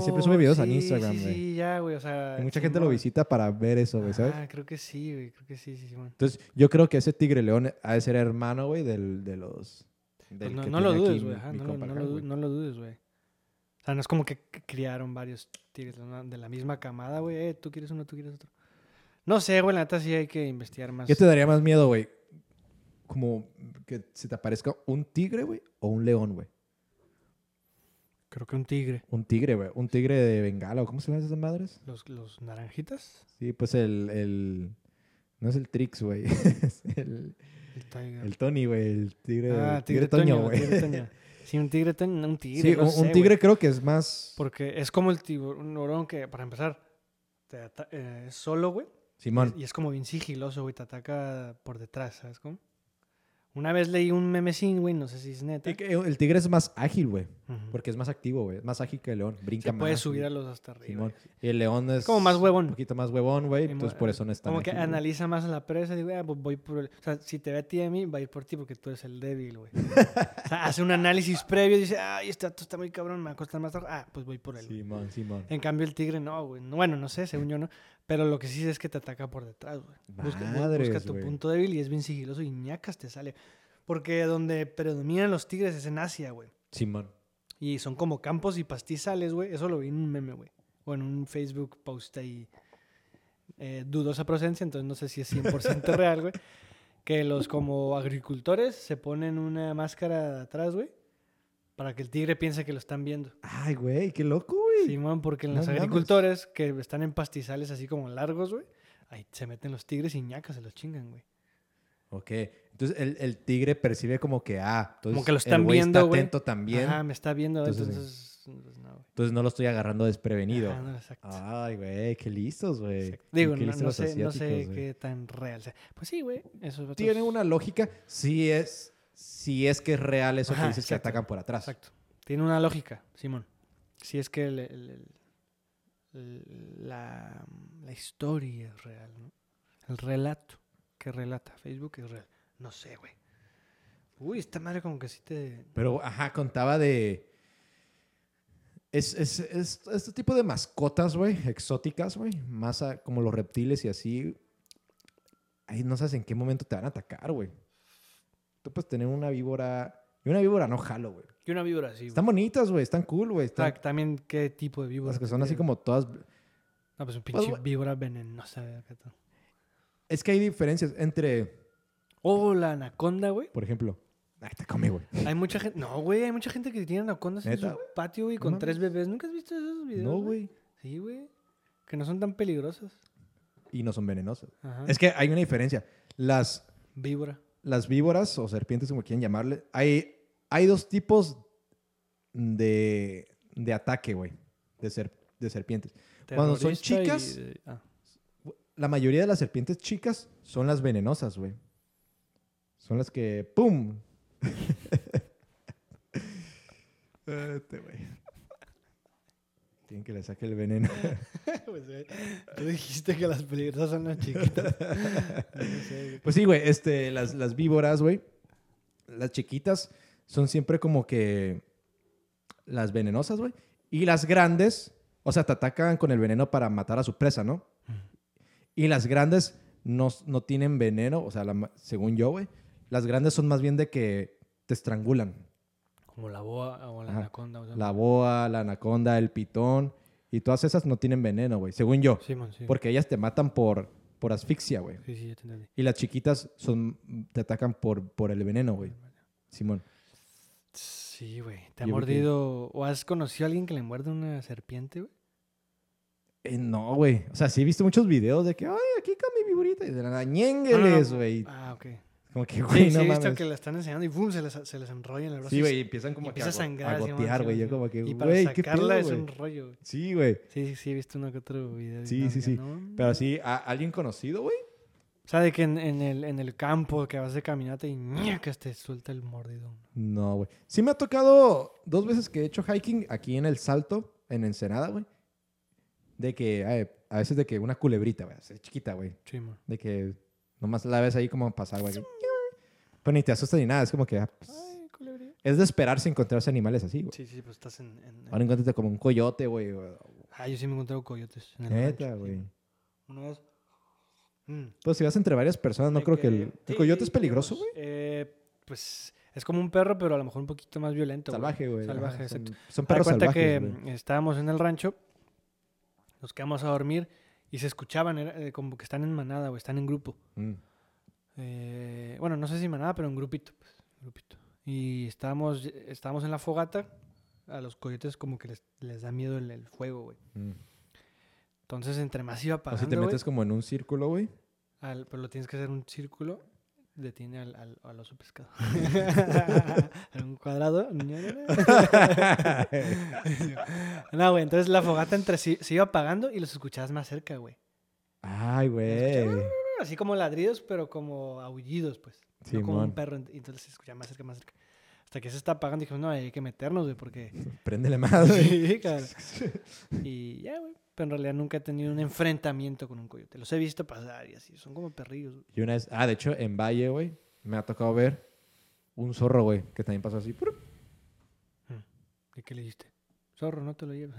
A: siempre sube
B: Oh,
A: videos a
B: sí,
A: Instagram,
B: Sí,
A: güey.
B: sí, ya, güey. O sea,
A: Y mucha gente lo
B: Simón.
A: visita para ver eso, güey, ¿sabes?
B: Ah, creo que sí, güey. Creo que sí, sí, Simón.
A: Entonces, yo creo que ese tigre león ha de ser hermano, güey, del, de los...
B: Pues
A: del
B: no,
A: que
B: no lo
A: tiene aquí
B: dudes,
A: mi-
B: güey. ajá,
A: mi
B: No, lo-
A: compa
B: no
A: acá,
B: lo du-
A: güey.
B: no lo dudes, güey. O sea, no es como que c- criaron varios tigres de una- de la misma camada, güey. Eh, tú quieres uno, tú quieres otro. No sé, güey. La neta sí hay que investigar más.
A: Yo te daría más miedo, güey. Como que se te aparezca un tigre, güey, o un león, güey.
B: Creo que un tigre.
A: Un tigre, güey. Un tigre de Bengala, ¿o ¿cómo se llaman esas madres?
B: ¿Los, los naranjitas?
A: Sí, pues el... el... No es el Trix, güey. es el,
B: El tiger.
A: el Tony, güey. El tigre,
B: ah,
A: tigre, Toño, güey.
B: tigre Toño. Sí, un tigre toño. no, Un tigre.
A: Sí,
B: no
A: un,
B: sé,
A: un
B: güey.
A: tigre creo que es más...
B: Porque es como el tiburón que, para empezar, te ata- eh, es solo, güey.
A: Simón.
B: Y es como bien sigiloso, güey, te ataca por detrás, ¿sabes cómo? Una vez leí un memecín, güey, no sé si es neta.
A: Y que El tigre es más ágil, güey.
B: Ujú.
A: Porque es más activo, güey. Es más ágil que el león. Brinca
B: Se
A: más.
B: puede subir
A: güey.
B: a los hasta arriba.
A: Simón. Y el león es...
B: como más huevón.
A: Un poquito más huevón, güey.
B: Emo-
A: Entonces por eso no está
B: Como que analiza más a la presa y digo, ah, pues voy por el... O sea, si te ve a ti a mí, va a ir por ti porque tú eres el débil, güey. o sea, hace un análisis previo y dice, ay, este dato está muy cabrón, me va a costar más trabajo. Ah, pues voy por él. güey".
A: Simón, Simón.
B: En cambio, el tigre no, güey. No, Bueno, no sé, según yo no. Pero lo que sí sé es que te ataca por detrás, güey. Busca, bu-
A: Madres,
B: busca tu
A: güey.
B: punto débil y es bien sigiloso y ñacas te sale. Porque donde predominan los tigres es en Asia, güey.
A: Simón.
B: Y son como campos y pastizales, güey. Eso lo vi en un meme, güey. O en un Facebook post ahí. eh, dudosa procedencia, entonces no sé si es 100% real, güey. Que los como agricultores se ponen una máscara atrás, güey. Para que el tigre piense que lo están viendo.
A: Ay, güey, qué loco, güey.
B: Simón, porque en
A: No
B: los
A: mames.
B: agricultores que están en pastizales así como largos, güey. Ahí se meten los tigres y ñacas, se los chingan, güey.
A: Ok. Entonces el, el tigre percibe como que, ah, entonces
B: que lo están
A: el güey
B: viendo,
A: está
B: güey.
A: atento también.
B: Ajá, me está viendo, güey,
A: Entonces,
B: entonces... pues, no, güey.
A: Entonces no lo estoy agarrando desprevenido.
B: Ajá, no, exacto.
A: Ay, güey, qué listos, güey.
B: Exacto. Digo,
A: Qué
B: no,
A: listos eh,
B: no
A: los
B: sé, no sé
A: asiáticos, güey.
B: qué tan real sea. Pues sí, güey. Eso
A: Tiene una lógica si es, si es que es real eso que
B: Ajá,
A: dices que
B: exacto.
A: atacan por atrás.
B: Exacto. Tiene una lógica, Simón. Si es que el- el- el- el- la, la historia es real, ¿no? El relato que relata Facebook es real. No sé, güey. Uy, esta madre como que sí te...
A: Pero, ajá, contaba de... Es, es- es- este tipo de mascotas, güey, exóticas, güey, más a- como los reptiles y así. Ahí no sabes en qué momento te van a atacar, güey. Tú puedes tener una víbora... Y una víbora no jalo, güey.
B: Y una víbora así,
A: Están bonitas, güey. Están cool, güey.
B: O sea,
A: Están...
B: también qué tipo de víbora.
A: Las que
B: te
A: son así
B: refieres?
A: como todas...
B: No, pues un
A: Pues,
B: pinche
A: güey.
B: víbora venenosa. güey, acá todo.
A: Es que hay diferencias entre,
B: Oh, la anaconda, güey.
A: por ejemplo... Ay, te come, güey.
B: Hay mucha gente... No, güey, hay mucha gente que tiene anacondas en
A: ¿Neta,
B: su patio, güey,
A: No
B: con
A: mames.
B: tres bebés. ¿Nunca has visto esos videos?
A: No, güey.
B: Sí, güey. Que no son tan peligrosas.
A: Y no son venenosas.
B: Ajá.
A: Es que hay una diferencia. Las,
B: víbora.
A: las víboras o serpientes, como quieran llamarle, hay, hay dos tipos de, de ataque, güey, de, ser, de serpientes. Cuando son
B: Terrorista y
A: chicas-
B: de- ah.
A: La mayoría de las serpientes chicas son las venenosas, güey. Son las que, ¡pum! Este, güey. Tienen que le saque el veneno.
B: Pues, güey, tú dijiste que las peligrosas son las chiquitas. No sé, güey.
A: Pues sí, güey, este, las, las víboras, güey, las chiquitas son siempre como que las venenosas, güey. Y las grandes, o sea, te atacan con el veneno para matar a su presa, ¿no? Y las grandes no, no tienen veneno, o sea, la ma- según yo, güey, las grandes son más bien de que te estrangulan.
B: Como la boa o la
A: Ajá.
B: anaconda. o sea.
A: La boa, la anaconda, el pitón y todas esas no tienen veneno, güey, según yo.
B: Simón, sí.
A: Porque ellas te matan por, por asfixia, güey.
B: Sí, sí, ya te entendí.
A: Y las chiquitas son, te atacan por, por el veneno, güey. Simón.
B: Sí, güey. ¿Te
A: Yo creo
B: ha
A: que-
B: mordido o has conocido a alguien que le muerde una serpiente, güey?
A: Eh, no, güey. O sea, sí he visto muchos videos de que, ay, aquí con mi viborita. Y de la nada, ñéngueles,
B: no.
A: güey.
B: Ah, ok.
A: Como que,
B: Sí,
A: güey,
B: sí,
A: no
B: he
A: mames.
B: visto que la están enseñando y ¡pum! se les, se les enrolla en el brazo.
A: Sí,
B: y
A: güey, y empiezan como
B: y
A: que
B: empieza a
A: go-
B: sangrar. así,
A: gotear, güey. Yo
B: sí,
A: como que,
B: Y para
A: güey, qué pedo,
B: sacarla es un
A: güey.
B: rollo, güey.
A: Sí, güey.
B: Sí, sí, sí, he visto uno que otro video. de
A: Sí, sí,
B: Nalga,
A: sí.
B: ¿no?
A: Pero sí, ¿a alguien conocido, güey?
B: O sea, de que en, en el, en el campo que vas de caminata y que te suelta el mordido.
A: No, güey. Sí me ha tocado dos veces que he hecho hiking aquí en El Salto, en Ensenada, güey. De que, ay, a veces de que una culebrita, güey, así chiquita, güey.
B: Sí, man.
A: De que nomás la ves ahí como pasar, güey. Pero ni te asusta ni nada, es como que... ah, pues,
B: Ay, culebría.
A: es de esperarse encontrarse animales así, güey.
B: Sí, sí, pues estás en... en- en-
A: Ahora encuéntrate como un coyote, güey. o-
B: Ah, yo sí me he encontrado coyotes. En el rancho,
A: Neta,
B: sí,
A: güey.
B: man. Una vez... Mm.
A: Pues si vas entre varias personas, no
B: De
A: creo que
B: que-
A: el, el
B: sí,
A: coyote
B: sí,
A: es peligroso, güey.
B: digamos, eh, pues es como un perro, pero a lo mejor un poquito más violento. güey.
A: Salvaje, güey. ajá,
B: Salvaje,
A: son-
B: exacto.
A: Son
B: Me
A: perros
B: cuenta
A: salvajes,
B: que
A: güey.
B: mm, estábamos en el rancho, nos quedamos a dormir y se escuchaban era, eh, como que están en manada, güey, están en grupo.
A: Mm.
B: Eh, bueno, no sé si manada, pero en grupito. pues, grupito. Y estábamos, estábamos en la fogata, a los coyotes como que les, les da miedo el, el fuego, güey.
A: Mm.
B: Entonces, entre más iba
A: O
B: apagando,
A: si te
B: güey,
A: metes como en un círculo, güey.
B: al- pero lo tienes que hacer un círculo, detiene al, al, al oso pescado. en un cuadrado. ña, ña, ña. no, güey, entonces la fogata entre sí se iba apagando y los escuchabas más cerca, güey.
A: Ay, güey.
B: Así como ladridos, pero como aullidos, pues. no como
A: Simón.
B: un perro, ent- entonces se escuchaba más cerca, más cerca. Hasta que se está apagando y dijimos, no, hay que meternos, güey, porque...
A: Prende la madre.
B: Ah, Sí, cabrón. Y ya, güey. Pero en realidad nunca he tenido un enfrentamiento con un coyote. Los he visto pasar y así. Son como perrillos, güey.
A: Y una vez, ah, de hecho, en Valle, güey, me ha tocado ver un zorro, güey, que también pasó así. ¡prup!
B: ¿Y qué le dijiste? Zorro, no te lo lleves.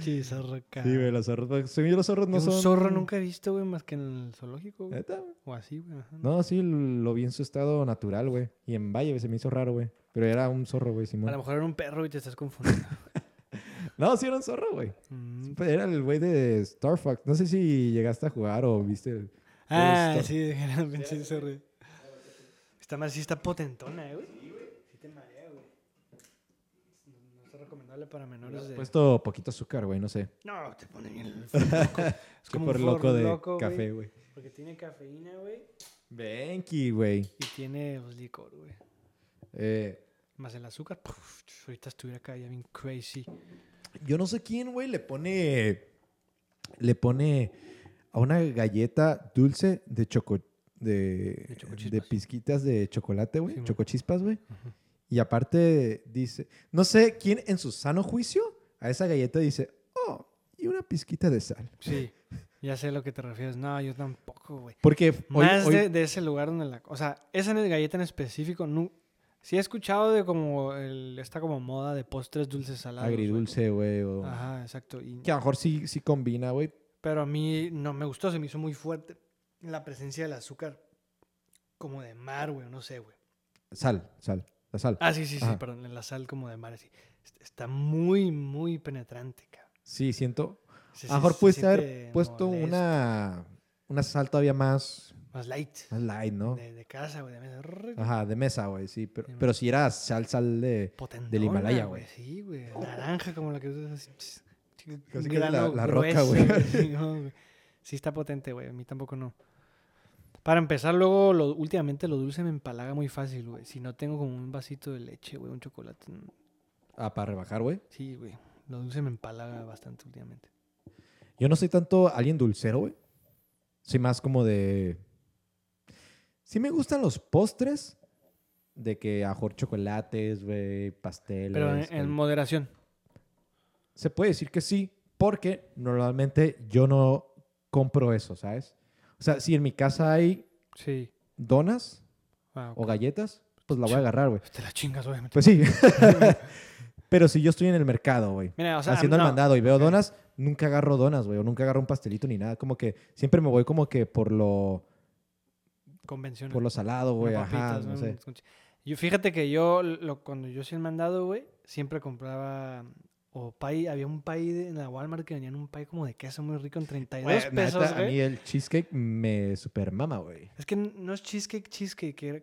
B: sí, zorro, cabrón.
A: Sí, güey, los zorros. pues, Según yo, los zorros no
B: Yo
A: son.
B: un zorro nunca he visto, güey, más que en el zoológico, güey.
A: ¿Neta?
B: O así, güey. ajá.
A: ¿Eh? No, sí, lo vi en su estado natural, güey. Y en Valle güey, se me hizo raro, güey. Pero era un zorro, güey,
B: A lo
A: Simón.
B: mejor era un perro y te estás confundiendo.
A: No, sí, era un zorro, güey.
B: Mm.
A: Pues Era el güey de Star Fox. No sé si llegaste a jugar o viste. el-
B: Ah,
A: Esto.
B: sí, era pinche zorro. Está más, sí está potentona, eh, güey. Sí, güey. Sí te marea, güey. No, no está recomendable para menores de...
A: Puesto poquito azúcar, güey, no sé.
B: No, te pone bien el loco. Es
A: Como
B: un
A: por loco de
B: forloco, güey,
A: café, güey.
B: Porque tiene cafeína, güey,
A: Benki, güey.
B: y tiene pues, licor, güey.
A: Eh,
B: Más el azúcar. puf, ahorita estuviera acá ya bien crazy.
A: Yo no sé quién, güey, le pone. Le pone a una galleta dulce de choco. De,
B: De
A: de,
B: chocochispas.
A: pizquitas de chocolate, güey.
B: Sí, man.
A: chocochispas, güey.
B: Ajá.
A: Y aparte dice. No sé quién en su sano juicio a esa galleta dice. Oh, y una pizquita de sal.
B: Sí, ya sé a lo que te refieres. No, yo tampoco, güey.
A: Porque hoy.
B: Más
A: hoy-
B: de, de ese lugar donde la... O sea, esa en el galleta en específico, no... Sí he escuchado de como el, esta como moda de postres dulces salados. güey.
A: agridulce, güey. o-
B: Ajá, exacto. y-
A: Que a lo mejor sí, sí combina, güey.
B: pero a mí no me gustó, se me hizo muy fuerte la presencia del azúcar como de mar, güey, no sé, güey.
A: Sal, sal. La sal.
B: Ah, sí, sí, sí,
A: Ajá.
B: perdón, la sal como de mar, así. Est- Está muy, muy penetrante, cabrón.
A: Sí, siento.
B: Se-
A: a lo
B: se-
A: mejor
B: se
A: pudiste haber
B: siente
A: puesto
B: molesto,
A: una. Una sal todavía más.
B: Más light,
A: Más light, ¿no?
B: de, de casa, güey, de mesa. rrr,
A: Ajá, de mesa, güey, sí. Pero,
B: Sí,
A: pero si era sal, sal de...
B: potentona,
A: del Himalaya, güey.
B: Sí, güey, naranja como la que usas así. ch- ch- un
A: Casi que la-
B: grano
A: la roca,
B: grueso,
A: güey.
B: Sí, no, güey. Sí está potente, güey, a mí tampoco no. Para empezar, luego, lo, últimamente lo dulce me empalaga muy fácil, güey. Si no tengo como un vasito de leche, güey, un chocolate. mm,
A: Ah, para rebajar, güey.
B: Sí, güey, lo dulce me empalaga bastante últimamente.
A: Yo no soy tanto alguien dulcero, güey. Soy más como de... Sí me gustan los postres. De que ajor chocolates, güey, pasteles.
B: Pero en, en
A: güey.
B: moderación.
A: Se puede decir que sí, porque normalmente yo no compro eso, ¿sabes? O sea, si en mi casa hay
B: Sí.
A: donas
B: Ah,
A: o
B: ok.
A: galletas, pues la voy a agarrar, güey.
B: Te la chingas, obviamente.
A: Pues sí. Pero si yo estoy en el mercado, güey.
B: Mira, o sea,
A: haciendo
B: no,
A: el mandado y veo
B: ok.
A: donas, nunca agarro donas, güey, o nunca agarro un pastelito ni nada. Como que siempre me voy como que por lo,
B: Convencional.
A: por lo salado, güey,
B: Unas
A: ajá,
B: papitas,
A: no
B: ¿no?
A: sé.
B: Unas conch- Yo fíjate que yo, lo, cuando yo hacía el mandado, güey, siempre compraba. O pay, había un pay de- en la Walmart que venían un pay como de queso muy rico en 32
A: Güey, la
B: pesos,
A: neta, a
B: güey.
A: mí el cheesecake me super mama, güey.
B: Es que n- no es cheesecake, cheesecake. Era,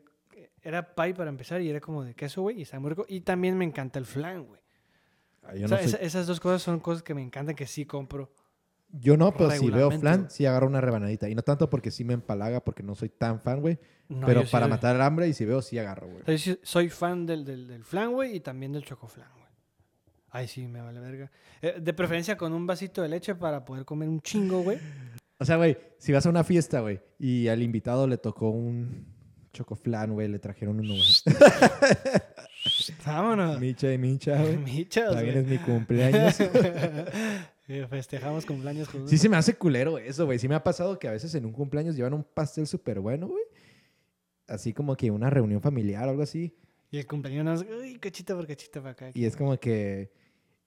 B: era pay para empezar y era como de queso, güey, y está muy rico. Y también me encanta el flan, güey.
A: Ah, Yo,
B: O
A: no
B: sea,
A: soy,
B: esa- esas dos cosas son cosas que me encantan que sí compro.
A: Yo no, pero si veo
B: Regularmente,
A: flan,
B: güey.
A: sí agarro una rebanadita. Y no tanto porque sí me empalaga, porque no soy tan fan, güey.
B: No,
A: pero
B: yo sí
A: para
B: soy-
A: matar el hambre y si veo, sí agarro, güey.
B: yo sí soy fan del, del, del flan, güey, y también del chocoflan, güey. Ay, sí, me vale verga. Eh, de preferencia con un vasito de leche para poder comer un chingo, güey.
A: O sea, güey, si vas a una fiesta, güey, y al invitado le tocó un chocoflan, güey, le trajeron uno, güey.
B: Vámonos.
A: Micha y mincha, güey.
B: Michas,
A: También es
B: güey.
A: mi cumpleaños.
B: Eh, Festejamos cumpleaños con
A: Sí se me hace culero eso, güey. Sí me ha pasado que a veces en un cumpleaños llevan un pastel súper bueno, güey. Así como que una reunión familiar o algo así.
B: Y el cumpleaños nos... Uy, cachita por cachita para acá.
A: Y es como que...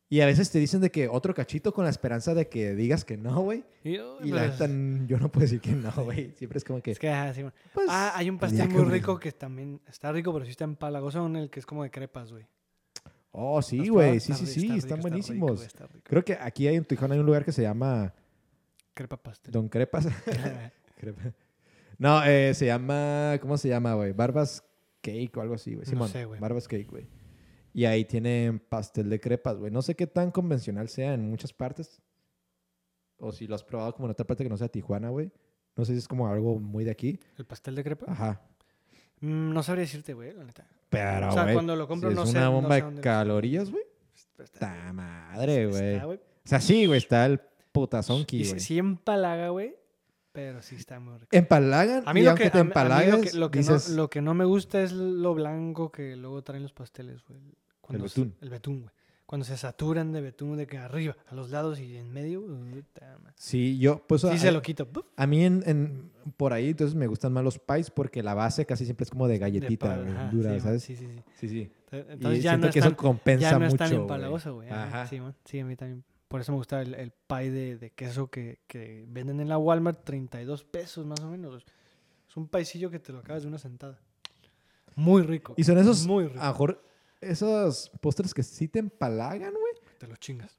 A: Y a veces te dicen de que otro cachito con la esperanza de que digas que no, güey.
B: Y, uy,
A: Y la
B: pero-
A: neta, n- yo no puedo decir que no, güey. Siempre es como que...
B: Es que, ajá, sí, bueno.
A: pues,
B: Ah, hay un
A: ya
B: pastel
A: que
B: muy
A: me-
B: rico que también está rico, pero sí está empalagosón, el que es como de crepas, güey.
A: Oh, sí,
B: ¿Las
A: güey.
B: pruebas?
A: Sí, sí,
B: Está ri-
A: sí.
B: está
A: están
B: rico, está rico, este.
A: buenísimos.
B: güey, está rico.
A: Creo que aquí hay en Tijuana hay un lugar que se llama
B: Crepa pastel.
A: Don Crepas. Crepa. No, eh, se llama... ¿Cómo se llama, güey? Barbas Cake o algo así, güey.
B: No
A: Simón,
B: sé, güey.
A: Barbas Cake, güey. Y ahí tienen pastel de crepas, güey. No sé qué tan convencional sea en muchas partes. O si lo has probado como en otra parte que no sea Tijuana, güey. No sé si es como algo muy de aquí.
B: ¿El pastel de crepa?
A: Ajá.
B: Mm, no sabría decirte, güey, la neta.
A: Pero,
B: o sea,
A: güey,
B: cuando lo compro
A: si
B: no
A: es
B: sé.
A: una
B: no
A: bomba
B: sé
A: de
B: dónde-
A: calorías, güey.
B: Está-
A: Está madre,
B: está,
A: güey. O sea, sí, güey, está el
B: Y
A: putazonki,
B: sí,
A: güey.
B: sí empalaga, güey, pero sí está muy rico.
A: Empalagan,
B: A mí,
A: y
B: lo
A: aunque
B: que,
A: te
B: a mí- a mí
A: empalagues,
B: lo, que, lo que
A: dices,
B: no, lo que no me gusta es lo blanco que luego traen los pasteles, güey. Cuando se-
A: betún.
B: el betún, güey. Cuando se saturan de betún de que arriba, a los lados y en medio, güey, puta madre.
A: sí, yo, pues,
B: sí
A: a,
B: se lo quito. ¡puf!
A: a mí en, en- por ahí, entonces me gustan más los pies porque la base casi siempre es como de
B: De
A: galletita,
B: pal-
A: güey,
B: ajá,
A: dura,
B: sí, man,
A: ¿sabes?
B: Sí, sí, sí.
A: Sí, sí.
B: Ent-
A: y
B: Entonces ya
A: siento
B: no, es
A: que
B: tan,
A: eso compensa
B: ya no es
A: mucho,
B: tan
A: güey.
B: empalagoso, güey. Ajá,
A: Ajá.
B: Sí, man. sí, a mí también. Por eso me gusta el, el pie de, de queso que, que venden en la Walmart, 32 pesos más o menos. Es un paisillo que te lo acabas de una sentada. Muy rico.
A: Y son esos,
B: Muy rico.
A: a lo mejor, esos postres que sí te empalagan, güey,
B: Te lo chingas.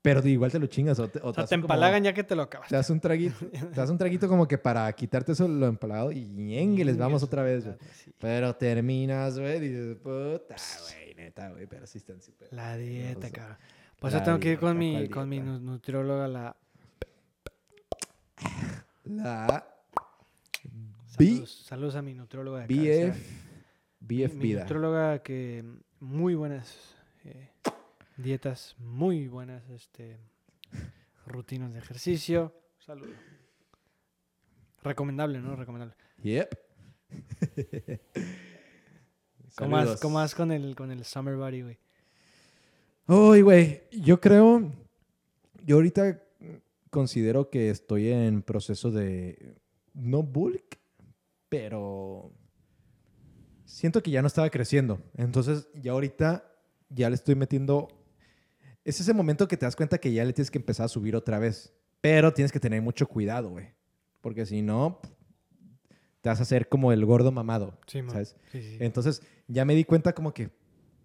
A: pero de igual te lo chingas. O te,
B: O sea, te empalagan ya que te lo acabas.
A: Te das un traguito, te das un traguito como que para quitarte eso lo empalagado y ñengueles, vamos otra vez, güey.
B: Sí.
A: Pero terminas, güey, dices, puta, güey, neta, güey, pero sí están súper.
B: La dieta,
A: sé.
B: cabrón. Pues
A: La
B: yo tengo que ir con
A: dieta,
B: mi,
A: ¿cuál
B: con mi
A: dieta?
B: nu- nutrióloga, la...
A: La B-
B: Saludos, saludos a mi nutrióloga. de cabecera.
A: BF, BF
B: Mi- Mi
A: Vida.
B: nutróloga que mm, muy buenas eh, dietas, muy buenas este, rutinas de ejercicio. Saludo. Recomendable, ¿no? Recomendable.
A: Yep.
B: ¿Cómo vas,
A: Saludos.
B: cómo vas con el con el summer body, güey?
A: Uy, güey, yo creo, yo ahorita considero que estoy en proceso de, no bulk, pero siento que ya no estaba creciendo. Entonces, ya ahorita ya le estoy metiendo, es ese momento que te das cuenta que ya le tienes que empezar a subir otra vez, pero tienes que tener mucho cuidado, güey, porque si no, te vas a hacer como el gordo mamado,
B: Sí, man.
A: ¿sabes?
B: Sí, sí.
A: Entonces ya me di cuenta como que,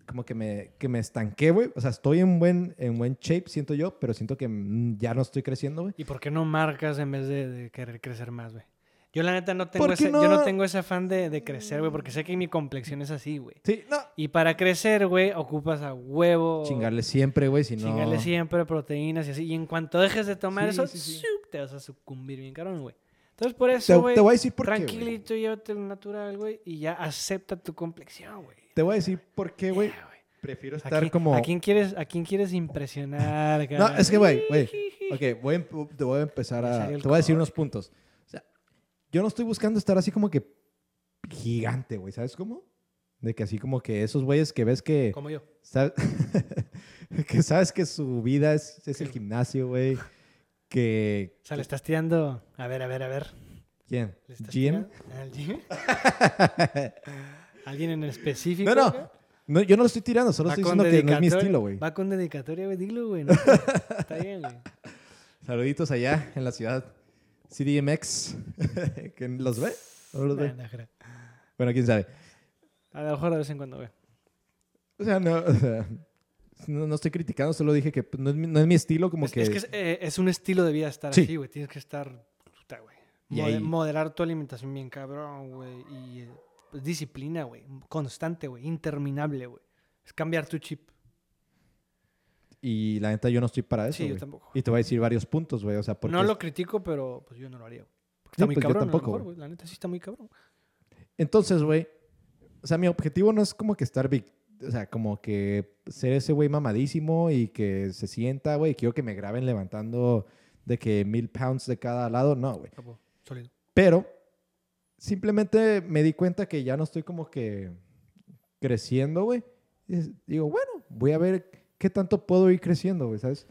A: como que me, que me estanqué, güey. O sea, estoy en buen, en buen shape, siento yo, pero siento que mm, ya no estoy creciendo, güey.
B: ¿Y por qué no marcas en vez de, de querer crecer más, güey? Yo la neta no tengo
A: Porque
B: ese, yo no
A: no-
B: tengo ese afán de, de crecer, güey, porque sé que mi complexión es así, güey.
A: Sí, no.
B: Y para crecer, güey, ocupas a huevo.
A: Chingarle siempre, güey, si no.
B: Oh. Chingarle siempre proteínas y así. Y en cuanto dejes de tomar
A: Sí,
B: eso,
A: sí, sí.
B: ¡siup! te vas a sucumbir bien, carón, güey. Entonces, por
A: Te,
B: eso, güey,
A: te voy a decir por qué. güey.
B: tranquilito, llévate lo natural, güey, y ya acepta tu complexión, güey.
A: Te voy a decir por qué, güey.
B: Ya, güey.
A: Prefiero
B: ¿A
A: estar
B: quién-
A: como.
B: ¿A quién quieres, a quién quieres impresionar,
A: No,
B: carón?
A: es que, güey, güey. Ok, voy a em- te voy a empezar
B: Me
A: a.
B: salió el
A: Te voy a decir
B: codo.
A: unos puntos. O sea, yo no estoy buscando estar así como que gigante, güey. ¿Sabes cómo? De que así como que esos güeyes que ves que.
B: Como yo.
A: Sab- que sabes que su vida es, es el
B: Sí.
A: gimnasio, güey. Que...
B: O sea, le estás tirando. A ver, a ver, a ver.
A: ¿Quién?
B: ¿Le estás
A: ¿Jim?
B: tirando ¿Al Jim? ¿Alguien en específico?
A: No,
B: güey?
A: no. No, Yo no lo estoy tirando, solo
B: Va
A: estoy
B: con
A: diciendo que no es mi
B: dedicatoria-
A: estilo, güey.
B: Va con dedicatoria, güey. Dilo, güey. no, está bien, güey.
A: Saluditos allá en la ciudad CDMX. ¿Que ¿Los ve? ¿No los ve?
B: Nah, no creo.
A: Bueno, quién sabe.
B: A lo mejor de vez en cuando, güey.
A: O sea, no, o sea, no, no estoy criticando, solo dije que pues, no es mi, no es mi estilo, como
B: Es
A: que...
B: es, es, eh, es un estilo de vida estar
A: Sí.
B: así, güey. Tienes que estar. puta, güey.
A: Y
B: Mode-
A: ahí-
B: Moderar tu alimentación bien, cabrón, güey. Y eh, pues, disciplina, güey. Constante, güey. Interminable, güey. Es cambiar tu chip.
A: Y la neta, yo no estoy para eso.
B: Sí, yo
A: güey.
B: tampoco.
A: Y te voy a decir varios puntos, güey. O sea, porque
B: No
A: es-
B: lo critico, pero pues yo no lo haría. güey. Porque
A: Sí,
B: está muy
A: pues, yo
B: cabrón, a lo
A: tampoco,
B: mejor,
A: güey.
B: güey. La neta sí está muy cabrón.
A: Entonces, güey, o sea, mi objetivo no es como que estar, vic- o sea, como que ser ese güey mamadísimo y que se sienta, güey, y quiero que me graben levantando de que mil pounds de cada lado, no, güey.
B: Capo, sólido.
A: Pero simplemente me di cuenta que ya no estoy como que creciendo, güey. Y es- Digo, bueno, voy a ver qué tanto puedo ir creciendo, güey, ¿sabes?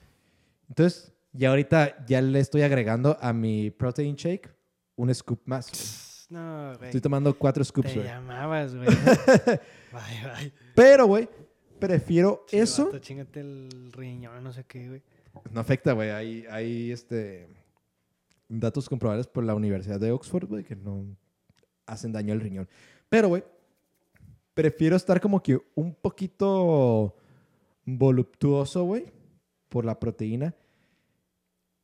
A: Entonces, ya ahorita ya le estoy agregando a mi protein shake un scoop más. güey.
B: No, güey.
A: Estoy tomando cuatro scoops,
B: Te
A: güey.
B: llamabas, güey. bye, bye.
A: Pero, güey, prefiero
B: Che,
A: eso.
B: vato, Chingate el riñón, no sé qué, güey.
A: No afecta, güey. Hay, hay este, datos comprobables por la Universidad de Oxford, güey, que no hacen daño al riñón. Pero, güey, prefiero estar como que un poquito voluptuoso, güey, por la proteína,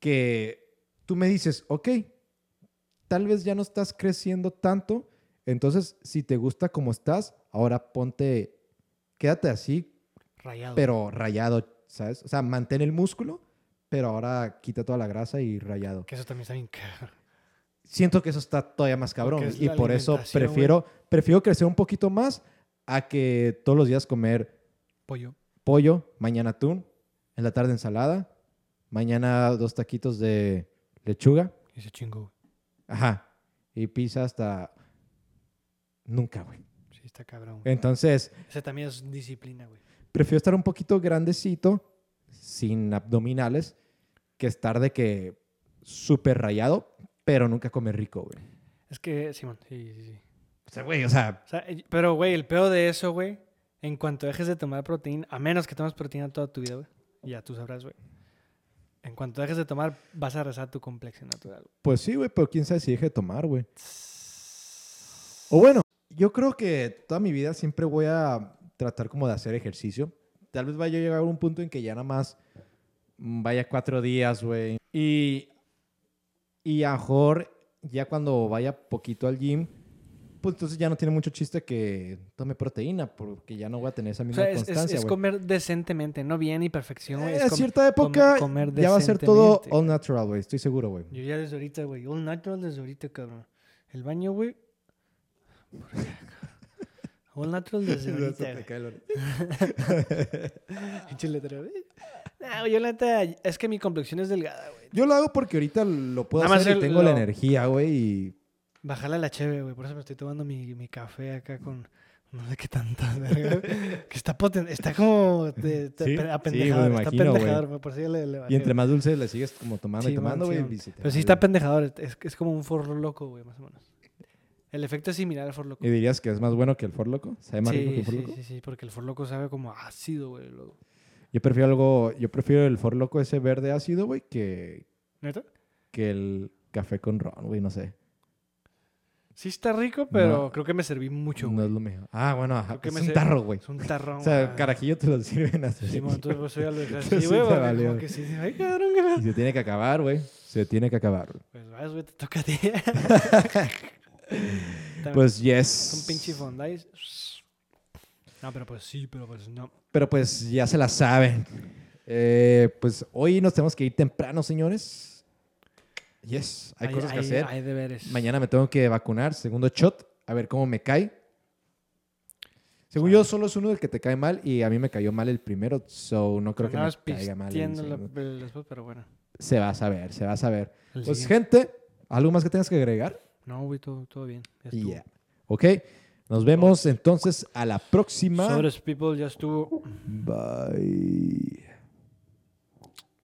A: que tú me dices, ok, tal vez ya no estás creciendo tanto, entonces si te gusta como estás, ahora ponte, quédate así
B: Rayado.
A: pero rayado, ¿sabes? O sea, mantén el músculo, pero ahora quita toda la grasa y rayado.
B: Que eso también está bien caro.
A: Siento que eso está todavía más cabrón
B: Porque es
A: y
B: la
A: por eso
B: alimentación, güey.
A: prefiero, prefiero crecer un poquito más a que todos los días comer
B: Pollo.
A: pollo, mañana atún, en la tarde ensalada, mañana dos taquitos de lechuga,
B: Y se chingó, güey.
A: ajá, y pizza hasta nunca, güey.
B: Sí, está cabrón. güey.
A: Entonces,
B: Ese también es disciplina, güey.
A: prefiero estar un poquito grandecito, sin abdominales, que estar de que súper rayado, pero nunca comer rico, güey.
B: Es que, Simón, sí, sí, sí.
A: O sea, güey, o sea,
B: O sea, eh, pero, güey, el peor de eso, güey, en cuanto dejes de tomar proteína, a menos que tomes proteína toda tu vida, güey, ya tú sabrás, güey. En cuanto dejes de tomar, vas a rezar tu complexión natural. güey.
A: pues sí, güey, pero quién sabe si deje de tomar, güey. O bueno, yo creo que toda mi vida siempre voy a tratar como de hacer ejercicio. Tal vez vaya a llegar a un punto en que ya nada más mm, vaya cuatro días, güey. Y, y a lo mejor ya cuando vaya poquito al gym, pues entonces ya no tiene mucho chiste que tome proteína porque ya no voy a tener esa
B: O
A: misma
B: sea, es- es,
A: constancia,
B: es
A: güey.
B: comer decentemente, no bien y perfección, güey.
A: Eh,
B: es
A: a
B: com-
A: cierta
B: com-
A: época
B: comer
A: ya va a ser todo
B: decentemente.
A: all natural, güey. Estoy seguro, güey.
B: Yo ya desde ahorita, güey. All natural desde ahorita, cabrón. El baño, güey. All natural desde ahorita, güey. Pinche letra, güey. Nah, güey, yo la neta, es que mi complexión es delgada, güey.
A: Yo lo hago porque ahorita lo puedo
B: Nada más
A: hacer y
B: el-
A: tengo la
B: lo-
A: energía, güey, y
B: Bájala la cheve, güey. Por eso me estoy tomando mi, mi café acá con no sé qué tanta verga. güey. que está poten- está como de- de-
A: Sí,
B: ape-
A: sí, me
B: apendejador, está
A: imagino, güey.
B: apendejador, güey. Por eso ya le, le
A: Y
B: bajé,
A: entre
B: güey.
A: más dulce le sigues como tomando y
B: Sí, man,
A: tomando,
B: sí,
A: güey.
B: man.
A: y se te
B: Pero sí
A: va,
B: está
A: güey.
B: apendejador, es, es como un forro loco, güey, más o menos. El efecto es similar al forro loco.
A: ¿Y dirías que es más bueno que el forloco? ¿Sabe más rico que
B: Sí,
A: el
B: sí,
A: forloco?
B: sí, sí, porque el forloco sabe como ácido, güey. luego.
A: Yo prefiero algo, yo prefiero el forloco ese verde ácido, güey, que,
B: ¿Neta?
A: que el café con ron, güey, no sé.
B: Sí está rico, pero
A: No.
B: creo que me serví mucho,
A: no
B: güey.
A: es lo mejor. Ah, bueno, ajá,
B: Creo que
A: es
B: me
A: un
B: sé-
A: tarro, güey.
B: Es un tarrón.
A: O sea,
B: güey.
A: carajillo te lo sirven así.
B: Simón, entonces pues ya lo dejé
A: Eso
B: así,
A: sí
B: güey,
A: te
B: porque
A: valió.
B: como que sí, sí, ay, cabrón, qué
A: y se tiene que acabar, güey. Se tiene que acabar. güey.
B: Pues vas, güey, te toca a ti. También
A: Pues
B: Es
A: yes.
B: un pinche fondais. No, pero pues sí, pero pues no.
A: Pero pues ya se la saben. Eh, pues hoy nos tenemos que ir temprano, señores. Yes, hay, cosas que hacer.
B: Hay deberes.
A: Mañana me tengo que vacunar, segundo shot, a ver cómo me cae. Según
B: Sabe.
A: yo, solo es uno el que te cae mal y a mí me cayó mal el primero, so no creo que me
B: Andabas
A: caiga mal. el
B: pisteando
A: segundo.
B: la- el después, pero bueno.
A: Se va a saber, se va a saber.
B: El
A: Pues
B: siguiente.
A: gente, ¿algo más que tengas que agregar?
B: No, güey, todo, todo bien. Ya
A: Y
B: estuvo.
A: ya. Ok, nos vemos entonces a la próxima.
B: Sobres people, ya estuvo.
A: Bye.